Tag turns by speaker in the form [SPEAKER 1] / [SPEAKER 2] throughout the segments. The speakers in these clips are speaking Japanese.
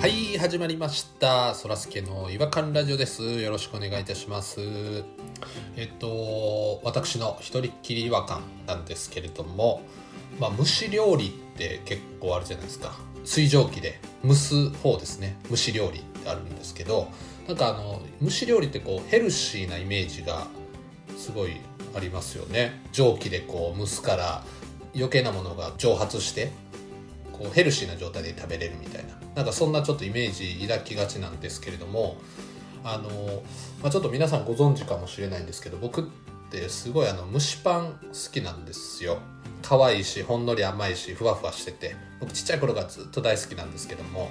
[SPEAKER 1] はい始まりましたそらすけの違和感ラジオですよろしくお願いいたしますえっと私の一人っきり違和感なんですけれどもまあ蒸し料理って結構あるじゃないですか水蒸気で蒸す方ですね蒸し料理ってあるんですけどなんかあの蒸し料理ってこうヘルシーなイメージがすごいありますよね蒸気でこう蒸すから余計なものが蒸発してこうヘルシーな状態で食べれるみたいななんかそんなちょっとイメージ抱きがちなんですけれどもあの、まあ、ちょっと皆さんご存知かもしれないんですけど僕ってすごいあの蒸しパン好きなんですよ可愛いしほんのり甘いしふわふわしてて僕ちっちゃい頃からずっと大好きなんですけども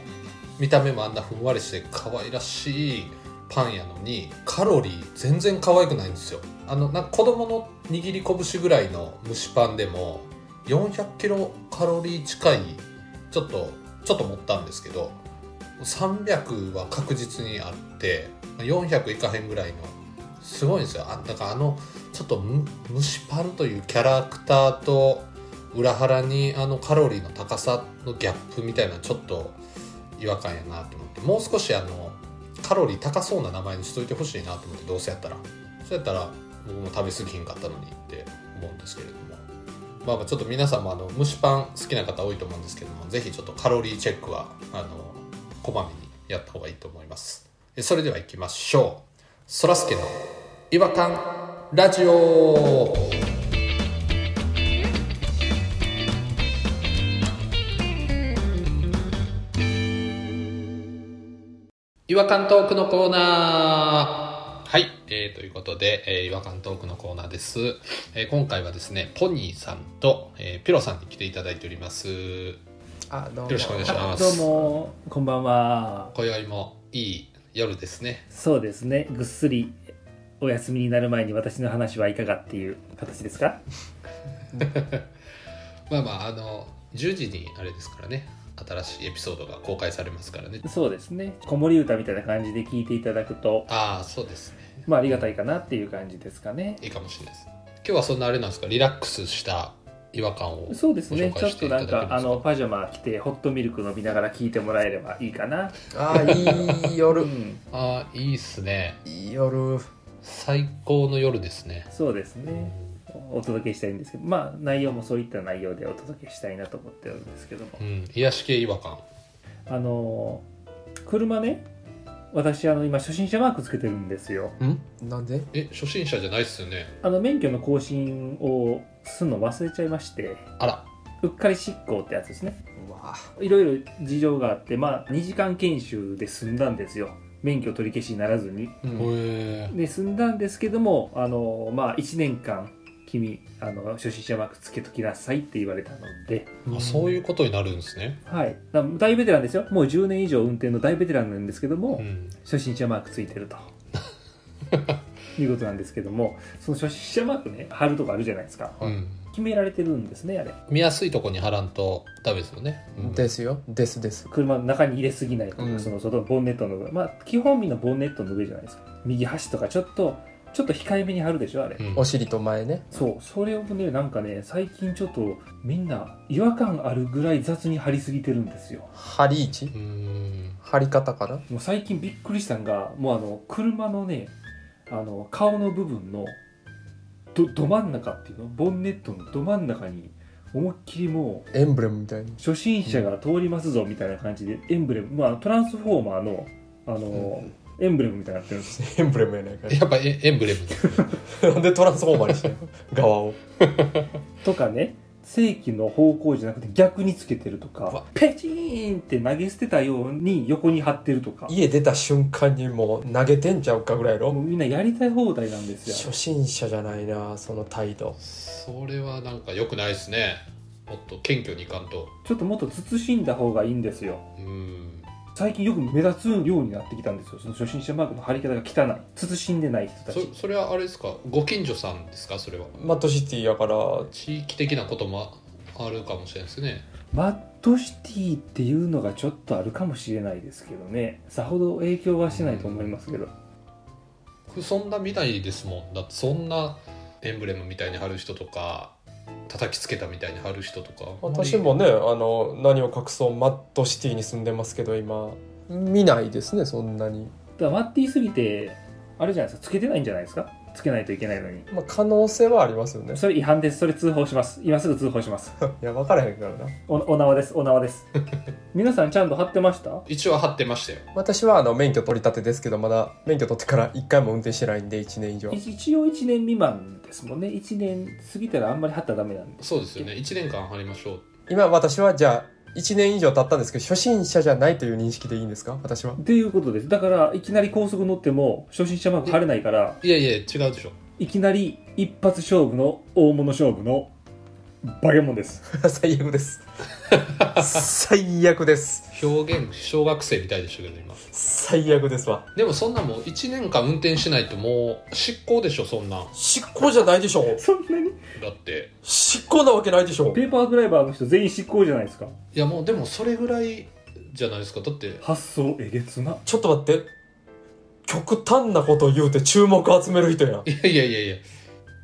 [SPEAKER 1] 見た目もあんなふんわりして可愛らしいパンやのにカロリー全然可愛くないんですよあのなんか子供の握り拳ぐらいの蒸しパンでも400キロカロリー近いちょっとちょっと持ったんですけど300は確実にあって400いかへんぐらいのすごいんですよあだからあのちょっとむ蒸しパンというキャラクターと裏腹にあのカロリーの高さのギャップみたいなちょっと違和感やなと思ってもう少しあのカロリー高そうな名前にしといてほしいなと思ってどうせやったらそうやったら僕も食べ過ぎひんかったのにって思うんですけれどもまあまあちょっと皆さんもあの蒸しパン好きな方多いと思うんですけどもぜひちょっとカロリーチェックはあのこまめにやった方がいいと思いますえそれでは行きましょうそらすけの違和感ラジオ違和感トークのコーナーはい、えーということで、えー違和感トークのコーナーです、えー今回はですねポニーさんと、えーピロさんに来ていただいております
[SPEAKER 2] あどうも
[SPEAKER 1] よろしくお願いします
[SPEAKER 2] あどうもこんばんは
[SPEAKER 1] 今宵もいい夜ですね
[SPEAKER 2] そうですねぐっすりお休みになる前に私の話はいかがっていう形ですか
[SPEAKER 1] まあまああの10時にあれですからね新しいエピソードが公開されますからね
[SPEAKER 2] そうですね子守歌みたいな感じで聞いていただくと
[SPEAKER 1] ああそうですね
[SPEAKER 2] まあありがたいかなっていう感じですかね
[SPEAKER 1] いいかもしれないです今日はそんなあれなんですかリラックスした違和感を
[SPEAKER 2] そうですね
[SPEAKER 1] ご紹
[SPEAKER 2] ちょ
[SPEAKER 1] 介
[SPEAKER 2] っ
[SPEAKER 1] して
[SPEAKER 2] と
[SPEAKER 1] いた
[SPEAKER 2] な
[SPEAKER 1] だ
[SPEAKER 2] ん
[SPEAKER 1] けますか
[SPEAKER 2] かあのパジャマ着てホットミルク飲みながら聞いてもらえればいいかな
[SPEAKER 3] あーいい夜
[SPEAKER 2] うん
[SPEAKER 1] ああいいっすね
[SPEAKER 3] いい夜
[SPEAKER 1] 最高の夜ですね
[SPEAKER 2] そうですねお届けしたいんですけどまあ内容もそういった内容でお届けしたいなと思ってるんですけども
[SPEAKER 1] うん癒し系違和感
[SPEAKER 2] あの車ね私あの今初心者マークつけてるんですよ
[SPEAKER 1] ん
[SPEAKER 3] なんで
[SPEAKER 1] え初心者じゃないっすよね
[SPEAKER 2] あの免許の更新をするの忘れちゃいまして
[SPEAKER 1] あら
[SPEAKER 2] うっかり執行ってやつですね
[SPEAKER 3] うわ
[SPEAKER 2] いろいろ事情があってまあ2時間研修で済んだんですよ免許取り消しにならずに
[SPEAKER 3] う
[SPEAKER 1] へ
[SPEAKER 3] ん
[SPEAKER 1] え
[SPEAKER 2] で済んだんですけどもあのまあ1年間君あの初心者マークつけときなさいって言われたので、
[SPEAKER 1] あそういうことになるんですね
[SPEAKER 2] はい、だから大ベテランですよもう10年以上運転の大ベテランなんですけども、
[SPEAKER 1] うん
[SPEAKER 2] 初心者マークついて るということなんですけどもその初心者マークね貼るとこあるじゃないですか、
[SPEAKER 1] うん
[SPEAKER 2] 決められてるんですねあれ
[SPEAKER 1] 見やすいとこに貼らんとダメですよね、うん
[SPEAKER 3] ですよですです
[SPEAKER 2] 車の中に入れすぎないとか、
[SPEAKER 3] うん
[SPEAKER 2] その外のボンネットの上まあ基本みんなボンネットの上じゃないですか右端とかちょっとちょっと控えめに貼るでしょあれ、
[SPEAKER 1] うん
[SPEAKER 3] お尻と前ね
[SPEAKER 2] そうそれをねなんかね最近ちょっとみんな違和感あるぐらい雑に貼りすぎてるんですよ
[SPEAKER 3] 張り位置
[SPEAKER 1] うん
[SPEAKER 3] 張り方かな
[SPEAKER 2] もう最近びっくりしたんがもうあの車のねあの顔の部分のどど真ん中っていうのボンネットのど真ん中に思いっきりもう
[SPEAKER 3] エンブレムみたいに
[SPEAKER 2] 初心者が通りますぞみたいな感じでエンブレム、まあ、トランスフォーマーのあの、エンブレムみたいになってるんですよ
[SPEAKER 3] エンブレムやないか
[SPEAKER 1] やっぱエエンブレムですね
[SPEAKER 3] いなんでトランスフォーマーにし てんの側を
[SPEAKER 2] とかね正規の方向じゃなくて逆につけてると
[SPEAKER 3] う
[SPEAKER 2] か
[SPEAKER 3] わ
[SPEAKER 2] ペチーンって投げ捨てたように横に張ってるとか
[SPEAKER 3] 家出た瞬間にもう投げてんちゃうかぐらい
[SPEAKER 2] も
[SPEAKER 3] の
[SPEAKER 2] うみんなやりたい放題なんですよ
[SPEAKER 3] 初心者じゃないなその態度
[SPEAKER 1] それはなんか良くないですねもっと謙虚にいかんと
[SPEAKER 2] ちょっともっと慎んだ方がいいんですよ
[SPEAKER 1] うん
[SPEAKER 2] 最近よく目立つようになってきたんですよその初心者マークの貼り方が汚い慎んでない人たち
[SPEAKER 1] そそれはあれですかご近所さんですかそれは
[SPEAKER 3] マットシティやから
[SPEAKER 1] 地域的なこともあるかもしれないですね
[SPEAKER 2] マッドシティっていうのがちょっとあるかもしれないですけどねさほど影響はしてないと思いますけど、
[SPEAKER 1] 僕そんなみたいですもんだってそんなエンブレムみたいに貼る人とか叩きつけたみたいに貼る人とかあんまり
[SPEAKER 3] 私もねあの何を隠そうマットシティに住んでますけど今見ないですねそんなに、
[SPEAKER 2] 黙っていすぎてあれじゃないですかつけてないんじゃないですかつけないといけないのに
[SPEAKER 3] まあ、可能性はありますよね
[SPEAKER 2] それ違反ですそれ通報します今すぐ通報します
[SPEAKER 3] いや分からへんからな
[SPEAKER 2] おお縄ですお縄です 皆さんちゃんと貼ってました
[SPEAKER 1] 一応貼ってましたよ
[SPEAKER 3] 私はあの免許取り立てですけどまだ免許取ってから1回も運転してないんで1年以上
[SPEAKER 2] 一一応1年未満ですもんね1年過ぎたらあんまり貼ったらダメなんで
[SPEAKER 1] そうですよね1年間貼りましょう
[SPEAKER 3] 今私はじゃあ1年以上経ったんですけど初心者じゃないという認識でいいんですか私は
[SPEAKER 2] っていうことですだからいきなり高速乗っても初心者マーク貼れないから
[SPEAKER 1] いやいや違うでしょ
[SPEAKER 2] いきなり一発勝負の大物勝負のバケモンです
[SPEAKER 3] 最悪です最悪です
[SPEAKER 1] 表現小学生みたいでしたけど今
[SPEAKER 3] 最悪ですわ
[SPEAKER 1] でもそんなもう1年間運転しないともう執行でしょそんなん
[SPEAKER 3] 執行じゃないでしょ
[SPEAKER 2] そんなに
[SPEAKER 1] だって
[SPEAKER 3] 執行なわけないでしょ
[SPEAKER 2] ペーパードライバーの人全員執行じゃないですか
[SPEAKER 1] いやもうでもそれぐらいじゃないですかだって
[SPEAKER 2] 発想えげつな
[SPEAKER 3] ちょっと待って極端なこと言うて注目集める人やん
[SPEAKER 1] いやいやいやいや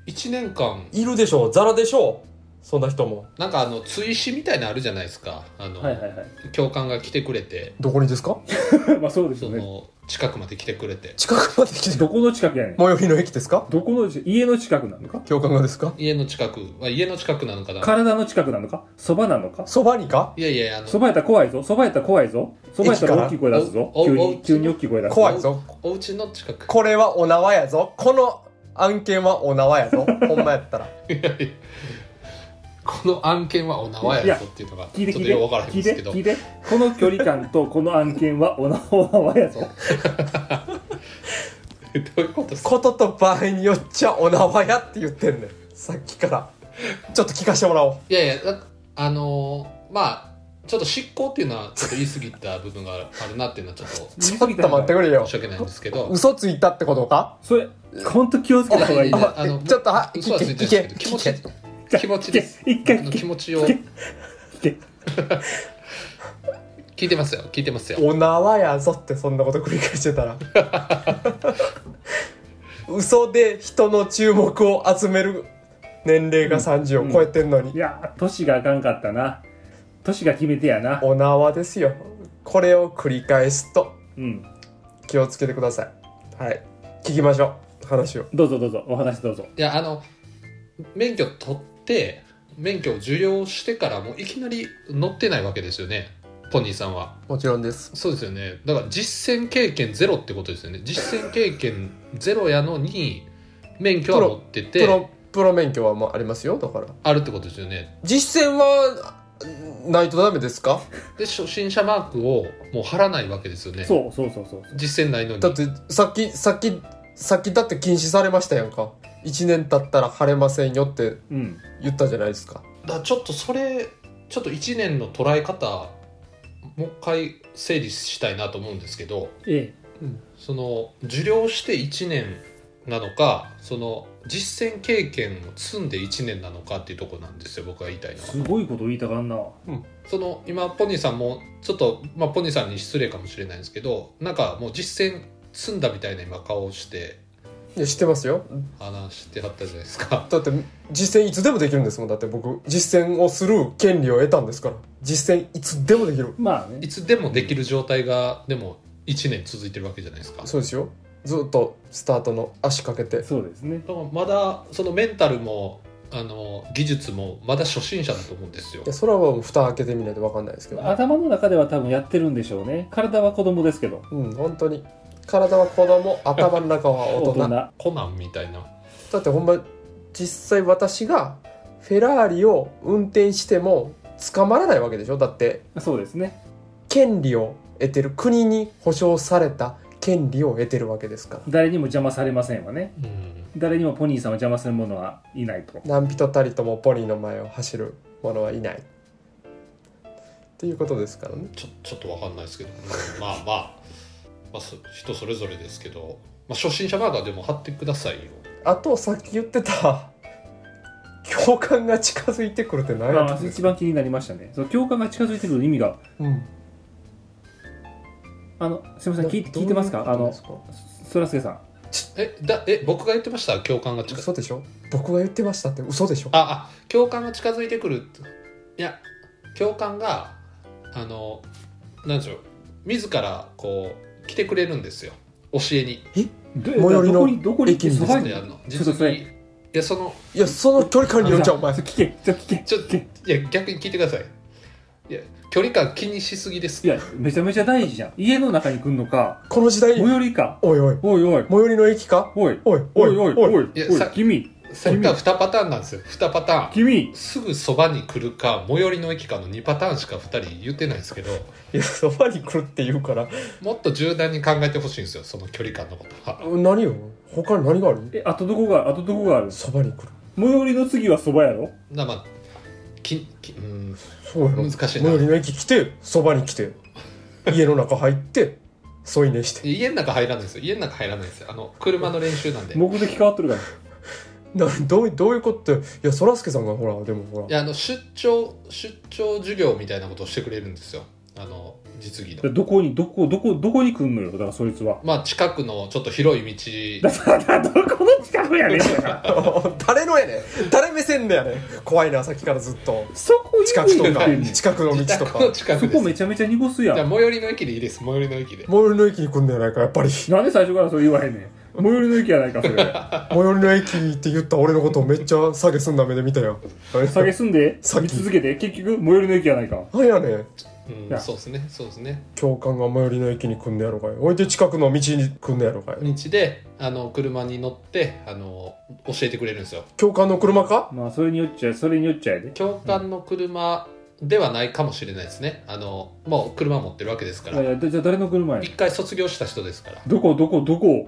[SPEAKER 1] 1年間
[SPEAKER 3] いるでしょザラでしょそんな人も
[SPEAKER 1] なんかあの追試みたいなのあるじゃないですかあの、
[SPEAKER 2] はいはいはい
[SPEAKER 1] 教官が来てくれて
[SPEAKER 3] どこにですか
[SPEAKER 2] まあそうです
[SPEAKER 1] そ
[SPEAKER 2] よね
[SPEAKER 1] の近くまで来てくれて
[SPEAKER 3] 近くまで来て
[SPEAKER 2] どこの近くやねん
[SPEAKER 3] 最寄りの駅ですか
[SPEAKER 2] どこの家の近くなのか
[SPEAKER 3] 教官がですか
[SPEAKER 1] 家の近くあ家の近くなのかな
[SPEAKER 2] 体の近くなのかそばなのか
[SPEAKER 3] そばにか
[SPEAKER 1] いやいやあの
[SPEAKER 2] そばやったら怖いぞそばやったら怖いぞそばやったら大きい声出すぞ
[SPEAKER 1] 駅
[SPEAKER 2] 急
[SPEAKER 1] からおお
[SPEAKER 2] に急に大きい声出すぞ
[SPEAKER 3] 怖いぞ
[SPEAKER 1] お家の近く
[SPEAKER 3] これはお縄やぞこの案件はお縄やぞほんまやったら
[SPEAKER 1] いやいやこの案件はお縄やぞっていうのがちょ
[SPEAKER 2] 聞い
[SPEAKER 1] ってと
[SPEAKER 2] 聞い
[SPEAKER 1] よく
[SPEAKER 2] て
[SPEAKER 1] わからへん
[SPEAKER 2] 聞
[SPEAKER 1] で
[SPEAKER 2] い
[SPEAKER 1] す
[SPEAKER 2] て
[SPEAKER 1] けど
[SPEAKER 2] 聞いてこの距離感とこの案件はおなおなわやぞ
[SPEAKER 1] どういうことですか
[SPEAKER 3] ことと場合によっちゃお縄やって言ってんねんさっきからちょっと聞かしてもらおう
[SPEAKER 1] いやいやだあのーまあちょっと執行っていうのはちょっと言い過ぎた部分があるあるなっていうのはちょっと
[SPEAKER 3] ちょっと待ってくれよ
[SPEAKER 1] 申し訳ないんですけど
[SPEAKER 3] 嘘ついたってことか
[SPEAKER 2] それ本当気をつけた方がいい
[SPEAKER 1] いやい
[SPEAKER 2] よ
[SPEAKER 1] やあの
[SPEAKER 3] ちょっとは
[SPEAKER 1] 嘘はついてるんですけど気持ち
[SPEAKER 3] 聞
[SPEAKER 1] 気持ち
[SPEAKER 2] 聞け
[SPEAKER 1] です
[SPEAKER 2] 一回
[SPEAKER 1] あ
[SPEAKER 2] 聞
[SPEAKER 1] の
[SPEAKER 2] け
[SPEAKER 1] 気持ちを
[SPEAKER 2] 聞け聞
[SPEAKER 1] 聞いてますよ聞いてますよ
[SPEAKER 3] お縄やぞってそんなこと繰り返してたら嘘で人の注目を集める年齢が30を超えてんのに、
[SPEAKER 2] いやー年があかんかったな年が決めてやな
[SPEAKER 3] お縄ですよこれを繰り返すと
[SPEAKER 2] うん
[SPEAKER 3] 気をつけてくださいはい聞きましょう話を
[SPEAKER 2] どうぞどうぞお話どうぞ
[SPEAKER 1] いやあの免許取って免許を受領してからもういきなり乗ってないわけですよねポニーさんは
[SPEAKER 3] もちろんです
[SPEAKER 1] そうですよねだから実践経験ゼロってことですよね実践経験ゼロやのに免許は持って
[SPEAKER 3] プ
[SPEAKER 1] て
[SPEAKER 3] ロプロ免許はもうありますよだから
[SPEAKER 1] あるってことですよね
[SPEAKER 3] 実践はないとダメですか
[SPEAKER 1] で初心者マークをもう貼らないわけですよね
[SPEAKER 2] そうそうそうそう
[SPEAKER 1] 実践ないのに
[SPEAKER 3] だってさっきさっきさっきだって禁止されましたやんか1年経ったら晴れませんよって
[SPEAKER 2] うん
[SPEAKER 3] 言ったじゃないですか
[SPEAKER 1] だからちょっとそれちょっと1年の捉え方もう一回整理したいなと思うんですけど
[SPEAKER 2] え
[SPEAKER 1] その受領して1年なのかその実践経験を積んで1年なのかっていうところなんですよ僕が言いたい
[SPEAKER 2] え
[SPEAKER 1] のは
[SPEAKER 2] すごいこと言いたかんな
[SPEAKER 1] その今ポニーさんもちょっと、まあ、ポニーさんに失礼かもしれないんですけどなんかもう実践積んだみたいな今顔をして
[SPEAKER 3] いや知ってますよ
[SPEAKER 1] 話してはったじゃないですか
[SPEAKER 3] だって実践いつでもできるんですもんだって僕実践をする権利を得たんですから実践いつでもできる
[SPEAKER 2] まあね
[SPEAKER 1] いつでもできる状態がでも1年続いてるわけじゃないですか
[SPEAKER 3] そうですよずっとスタートの足かけて
[SPEAKER 2] そうですね
[SPEAKER 1] だからまだそのメンタルもあの技術もまだ初心者だと思うんですよ
[SPEAKER 3] いやそれはもう蓋開けてみないと分かんないですけど、
[SPEAKER 2] 頭の中では多分やってるんでしょうね体は子供ですけど
[SPEAKER 3] うん本当に体は子 供頭の中は大
[SPEAKER 2] 大
[SPEAKER 3] 人
[SPEAKER 2] 人
[SPEAKER 1] コナンみたいな
[SPEAKER 3] だってほんま実際私がフェラーリを運転しても捕まらないわけでしょだって
[SPEAKER 2] そうですね
[SPEAKER 3] 権利を得てる国に保障された権利を得てるわけですから
[SPEAKER 2] 誰にも邪魔されませんわね
[SPEAKER 1] うん
[SPEAKER 2] 誰にもポニーさんを邪魔する者はいないと
[SPEAKER 3] 何人たりともポニーの前を走る者はいないっていうことですからね
[SPEAKER 1] ちょちょっとわかんないですけど、まあまあ、まあ、そ人それぞれですけど、まあ、初心者バーガーでも貼ってくださいよ
[SPEAKER 3] あとさっき言ってた共感が近づいてくるって何やった
[SPEAKER 2] あ
[SPEAKER 3] ん
[SPEAKER 2] あ
[SPEAKER 3] です
[SPEAKER 2] 一
[SPEAKER 3] か、
[SPEAKER 2] 番気になりましたねその共感が近づいてくる意味が
[SPEAKER 3] うん、
[SPEAKER 2] あのすみません聞い聞いてますかあの
[SPEAKER 3] の
[SPEAKER 2] そらすけさん
[SPEAKER 1] えだえ僕が言ってました共感が近づ
[SPEAKER 3] 嘘でしょ僕が言ってましたって嘘でしょ
[SPEAKER 1] ああ共感が近づいてくるっていや共感があのなんでしょう自らこう来てくれるんですよ教えに
[SPEAKER 2] で
[SPEAKER 3] 最寄りの
[SPEAKER 2] どこにどこに
[SPEAKER 3] 駅に
[SPEAKER 2] そ
[SPEAKER 3] は
[SPEAKER 2] ば
[SPEAKER 1] 実
[SPEAKER 2] に
[SPEAKER 1] であの
[SPEAKER 2] ちょっと
[SPEAKER 1] 実
[SPEAKER 2] それ
[SPEAKER 1] にいやその
[SPEAKER 3] いやその距離感によるじゃんお前
[SPEAKER 2] あ聞けちょっと聞け
[SPEAKER 1] ちょっといや逆に聞いてくださいいや距離感気にしすぎです
[SPEAKER 2] いやめちゃめちゃ大事じゃん家の中に来んのか
[SPEAKER 3] この時代
[SPEAKER 2] 最寄りか
[SPEAKER 3] おいおい
[SPEAKER 2] おいおい
[SPEAKER 3] 最寄りの駅か
[SPEAKER 2] おい
[SPEAKER 3] おい
[SPEAKER 2] お
[SPEAKER 3] お
[SPEAKER 2] い
[SPEAKER 3] い
[SPEAKER 2] おい
[SPEAKER 3] おい
[SPEAKER 2] おい
[SPEAKER 1] いや
[SPEAKER 2] おい
[SPEAKER 1] さ
[SPEAKER 2] 君
[SPEAKER 1] さっきから2パターンなんですよ2パターン
[SPEAKER 2] 君
[SPEAKER 1] すぐそばに来るか最寄りの駅かの2パターンしか2人言ってないんですけど
[SPEAKER 3] いやそばに来るって言うから
[SPEAKER 1] もっと柔軟に考えてほしいんですよその距離感のことは
[SPEAKER 3] 何よ他に何がある
[SPEAKER 2] えあとどこがあとどこがある
[SPEAKER 3] そばに来る
[SPEAKER 2] 最寄りの次はそばやろ
[SPEAKER 1] なまあききうん
[SPEAKER 3] そうやろ
[SPEAKER 1] 難しい
[SPEAKER 3] 最
[SPEAKER 1] な
[SPEAKER 3] 寄りの駅来てそばに来て家の中入って添い寝して
[SPEAKER 1] 家の中入らないですよ家の中入らないですよあの車の練習なんでい
[SPEAKER 2] 目的変わっとるから
[SPEAKER 3] などうどういうことっていやそらすけさんがほらでもほら
[SPEAKER 1] やあの出張出張授業みたいなことをしてくれるんですよあの実技の
[SPEAKER 2] でどこにどこどこどこに来んのよだからそいつは
[SPEAKER 1] まあ近くのちょっと広い道
[SPEAKER 2] だからどこの近くやねんだから
[SPEAKER 3] 誰のやねん誰目線だやねん怖いなさっきからずっと
[SPEAKER 2] そこ
[SPEAKER 3] 近くと
[SPEAKER 2] 言う
[SPEAKER 3] か
[SPEAKER 2] てんねん
[SPEAKER 3] 近くの
[SPEAKER 1] 自
[SPEAKER 3] 道と
[SPEAKER 1] 宅
[SPEAKER 3] か
[SPEAKER 1] の近く
[SPEAKER 2] そ
[SPEAKER 1] で
[SPEAKER 2] こ
[SPEAKER 1] す
[SPEAKER 2] めちゃめちゃ濁すや
[SPEAKER 1] じゃあ
[SPEAKER 2] ん
[SPEAKER 1] 最寄りの駅でいいです最寄りの駅で
[SPEAKER 3] 最寄りの駅に来んのやないかやっぱり最
[SPEAKER 2] なんで最初からそれ言わへんねん最寄りの駅やないかそれ
[SPEAKER 3] 寄りの駅って言った俺のことをめっちゃ下げすんな目で見たよ
[SPEAKER 2] 下げすんで
[SPEAKER 3] さっ
[SPEAKER 2] 見
[SPEAKER 3] き
[SPEAKER 2] 続けて結局最寄りの駅やないか
[SPEAKER 3] なんやねん
[SPEAKER 1] うん
[SPEAKER 2] いや
[SPEAKER 1] そうですねそうですね
[SPEAKER 3] 教官が最寄りの駅に来んのやろかいおいて近くの道に来んのやろかい
[SPEAKER 1] 道であの車に乗ってあの教えてくれるんですよ
[SPEAKER 3] 教官の車か
[SPEAKER 2] まあそれによっちゃそれによっちゃやで
[SPEAKER 1] 教官の車ではないかもしれないですねあのもう車持ってるわけですか
[SPEAKER 2] いやい
[SPEAKER 1] ら
[SPEAKER 2] やじゃあ誰の車やね
[SPEAKER 1] 一回卒業した人ですから
[SPEAKER 2] んどこどこどこ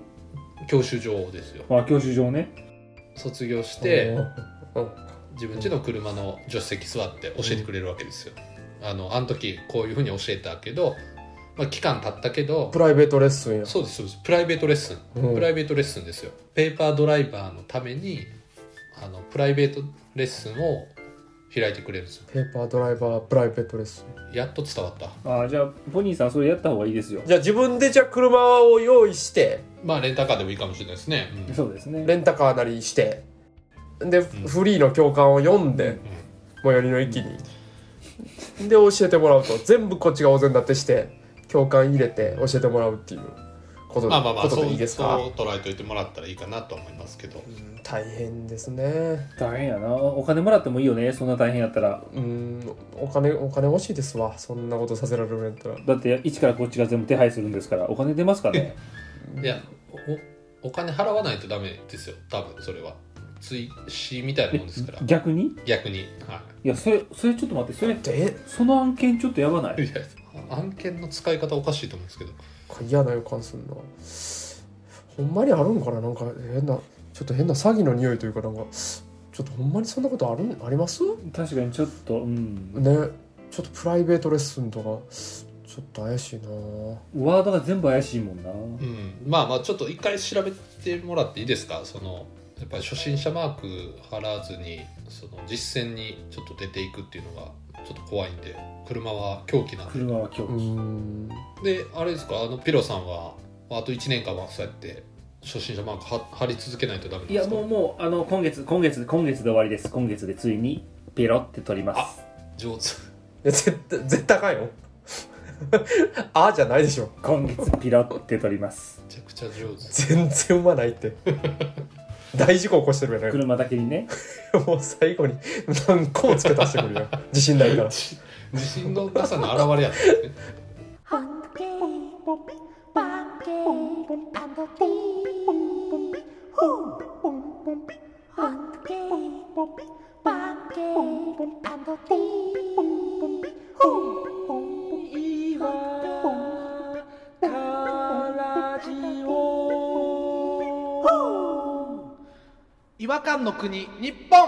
[SPEAKER 1] 教習所ですよ
[SPEAKER 2] あ教習所ね
[SPEAKER 1] 卒業して
[SPEAKER 3] うん
[SPEAKER 1] 自分家の車の助手席座って教えてくれるわけですよあのあの時こういうふうに教えたけど、まあ、期間経ったけど
[SPEAKER 3] プライベートレッスンや
[SPEAKER 1] そうですそうですプライベートレッスン
[SPEAKER 3] うん
[SPEAKER 1] プライベートレッスンですよペーパードライバーのためにあのプライベートレッスンを開いてくれるんですよ
[SPEAKER 3] ペーパードライバープライベートレッスン
[SPEAKER 1] やっと伝わった
[SPEAKER 2] あじゃあポニーさんそれやった方がいいですよ
[SPEAKER 3] じゃあ自分でじゃあ車を用意して
[SPEAKER 1] まあレンタカーでもいいかもしれないですね、うん
[SPEAKER 2] そうですね
[SPEAKER 3] レンタカーなりしてで、
[SPEAKER 1] ん
[SPEAKER 3] フリーの教官を読んで、最寄りの駅に、で教えてもらうと全部こっちがお膳立てして教官入れて教えてもらうっていうことで,、
[SPEAKER 1] まあまあまあ
[SPEAKER 3] こと
[SPEAKER 1] そう
[SPEAKER 3] でいいですか
[SPEAKER 1] そう捉えておいてもらったらいいかなと思いますけど
[SPEAKER 3] うん大変ですね
[SPEAKER 2] 大変やなお金もらってもいいよねそんな大変やったら
[SPEAKER 3] うんお金お金欲しいですわそんなことさせられるんやったら
[SPEAKER 2] だって一からこっちが全部手配するんですからお金出ますかね
[SPEAKER 1] いやおお金払わないとダメですよ多分それは追試みたいなもんですから
[SPEAKER 2] 逆に
[SPEAKER 1] 逆に、はい、
[SPEAKER 2] やそれそれちょっと待ってそれ
[SPEAKER 3] で
[SPEAKER 2] その案件ちょっとやばないい
[SPEAKER 1] いや案件の使い方おかしいと思うんですけど
[SPEAKER 3] これ嫌な予感するなほんまにあるんかななんか変なちょっと変な詐欺の匂いというかなんかちょっとほんまにそんなことあるんあります
[SPEAKER 2] 確かにちょっとうん
[SPEAKER 3] ねちょっとプライベートレッスンとかちょっと怪しいな
[SPEAKER 2] ワードが全部怪しいもんな
[SPEAKER 1] うん、まあまあちょっと一回調べてもらっていいですかそのやっぱり初心者マーク払わずにその実践にちょっと出ていくっていうのがちょっと怖いんで車は狂気なんで
[SPEAKER 2] 車は今
[SPEAKER 3] う
[SPEAKER 2] 日
[SPEAKER 3] ん
[SPEAKER 1] であれですかあのピロさんはあと1年間はそうやって初心者マークは貼り続けないとダメなん
[SPEAKER 2] い
[SPEAKER 1] で
[SPEAKER 2] や
[SPEAKER 1] すか
[SPEAKER 2] もうもうあの今月今月今月で終わりです今月でついにペロって取ります
[SPEAKER 1] 上手
[SPEAKER 3] いや絶対絶対あかんよ あーじゃないでしょ
[SPEAKER 2] 今月ピロって取ります
[SPEAKER 1] めちゃくちゃ上手
[SPEAKER 3] 全然うまないって大事故起こしてるやない
[SPEAKER 2] 車だけにね
[SPEAKER 3] もう最後に何個も付け足してくるよ自信ないから
[SPEAKER 1] 自信のなさの表れやったんですね
[SPEAKER 4] Hunky,
[SPEAKER 5] 違和感の国日本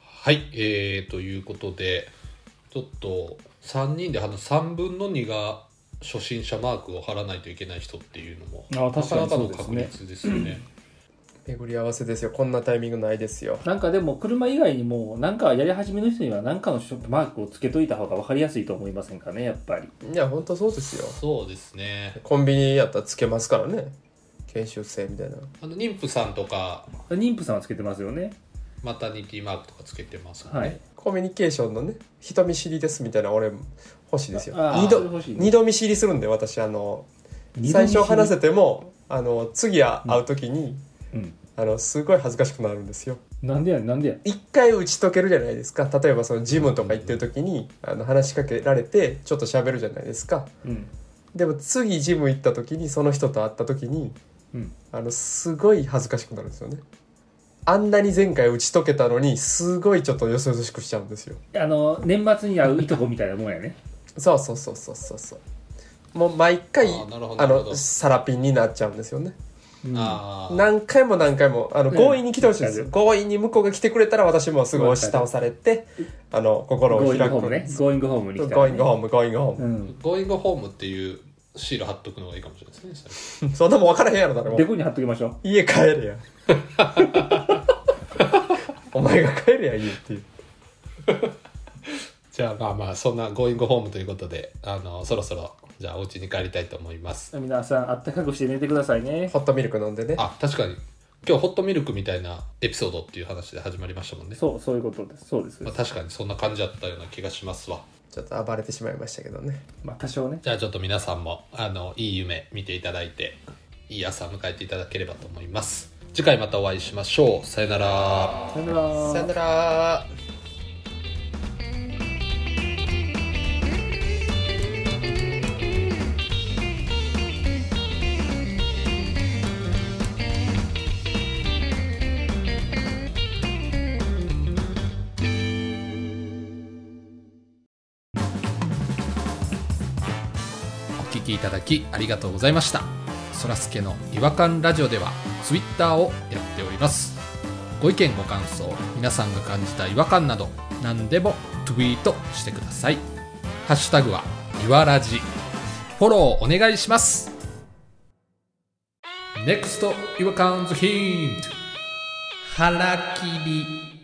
[SPEAKER 1] はいえー、ということでちょっと3人であの3分の2が初心者マークを貼らないといけない人っていうのも
[SPEAKER 2] あ確かに
[SPEAKER 1] なかなか
[SPEAKER 2] そ
[SPEAKER 1] の
[SPEAKER 2] うです
[SPEAKER 1] 確
[SPEAKER 2] ね
[SPEAKER 1] 率ですよね。
[SPEAKER 3] 巡り合わせですよこんなタイミングないですよ
[SPEAKER 2] なんかでも車以外にもなんかやり始めの人には何かのショップマークをつけといた方が分かりやすいと思いませんかねやっぱり
[SPEAKER 3] いやほんとそうですよ
[SPEAKER 1] そうですね
[SPEAKER 3] コンビニやったらつけますからね研修生みたいな
[SPEAKER 1] あの妊婦さんとか
[SPEAKER 2] 妊婦さんはつけてますよね
[SPEAKER 1] マタニティマークとかつけてますよね、
[SPEAKER 2] はい
[SPEAKER 3] コミュニケーションのね人見知りですみたいな俺欲しいですよ
[SPEAKER 2] ああ
[SPEAKER 3] 二
[SPEAKER 2] それ
[SPEAKER 3] 度
[SPEAKER 2] 欲しいね
[SPEAKER 3] 二度見知りするんで私あの
[SPEAKER 2] 二度
[SPEAKER 3] 最
[SPEAKER 2] 見知
[SPEAKER 3] 初
[SPEAKER 2] り
[SPEAKER 3] 話せてもあの次会う時に、
[SPEAKER 2] うん
[SPEAKER 3] あのすごい恥ずかしくなるんですよ
[SPEAKER 2] なんでやねんなんでやねん
[SPEAKER 3] 一回打ち解けるじゃないですか例えばそのジムとか行ってる時にあの話しかけられてちょっと喋るじゃないですか
[SPEAKER 2] うん
[SPEAKER 3] でも次ジム行った時にその人と会った時に
[SPEAKER 2] うん
[SPEAKER 3] あのすごい恥ずかしくなるんですよねあんなに前回打ち解けたのにすごいちょっとよそよそしくしちゃうんですよ
[SPEAKER 2] あの年末に会ういとこみたいなもんやね
[SPEAKER 3] そうそうそうそうそうそうもう毎回
[SPEAKER 1] あーなるほど
[SPEAKER 3] あ
[SPEAKER 1] なるほど
[SPEAKER 3] のサラピンになっちゃうんですよね
[SPEAKER 2] うん
[SPEAKER 1] あー
[SPEAKER 3] 何回も何回もあの
[SPEAKER 2] うん
[SPEAKER 3] 強引に来てほしいんですよ、
[SPEAKER 2] わ
[SPEAKER 3] 強引に向こうが来てくれたら私もすぐ押し倒されてあの心を
[SPEAKER 2] ゴーイング
[SPEAKER 3] 開
[SPEAKER 2] ホ
[SPEAKER 3] く
[SPEAKER 2] ームねゴーイングホームに来た
[SPEAKER 3] ゴーイング
[SPEAKER 2] ー
[SPEAKER 3] ホームゴーイングホーム、
[SPEAKER 2] ム
[SPEAKER 1] ゴーイングホームっていうシール貼っとくのがいいかもしれないですねそれ
[SPEAKER 3] そんなもん分からへんやろ誰
[SPEAKER 2] うん
[SPEAKER 3] も
[SPEAKER 2] でこに貼っときましょ
[SPEAKER 3] 家帰れやお前が帰れや家っていう
[SPEAKER 1] じゃあまあまあそんなゴーイングホームということであのそろそろじゃあお家に帰りたいと思います
[SPEAKER 2] う皆さんあったかくして寝てくださいね
[SPEAKER 3] ホットミルク飲んでね
[SPEAKER 1] あ確かに今日ホットミルクみたいなエピソードっていう話で始まりましたもんね、
[SPEAKER 2] そうそういうことですそうです、
[SPEAKER 1] まあ、確かにそんな感じだったような気がしますわ
[SPEAKER 3] ちょっと暴れてしまいましたけどね
[SPEAKER 2] まあ多少ね
[SPEAKER 1] じゃあちょっと皆さんもあのいい夢見ていただいていい朝迎えていただければと思います次回またお会いしましょうさよなら
[SPEAKER 2] さよなら
[SPEAKER 3] さよなら
[SPEAKER 1] お聞きいただきありがとうございましたそらすけの違和感ラジオではツイッターをやっておりますご意見ご感想皆さんが感じた違和感など何でもツイートしてくださいハッシュタグはいわらじフォローお願いします NEXT 違和感ズヒント腹切り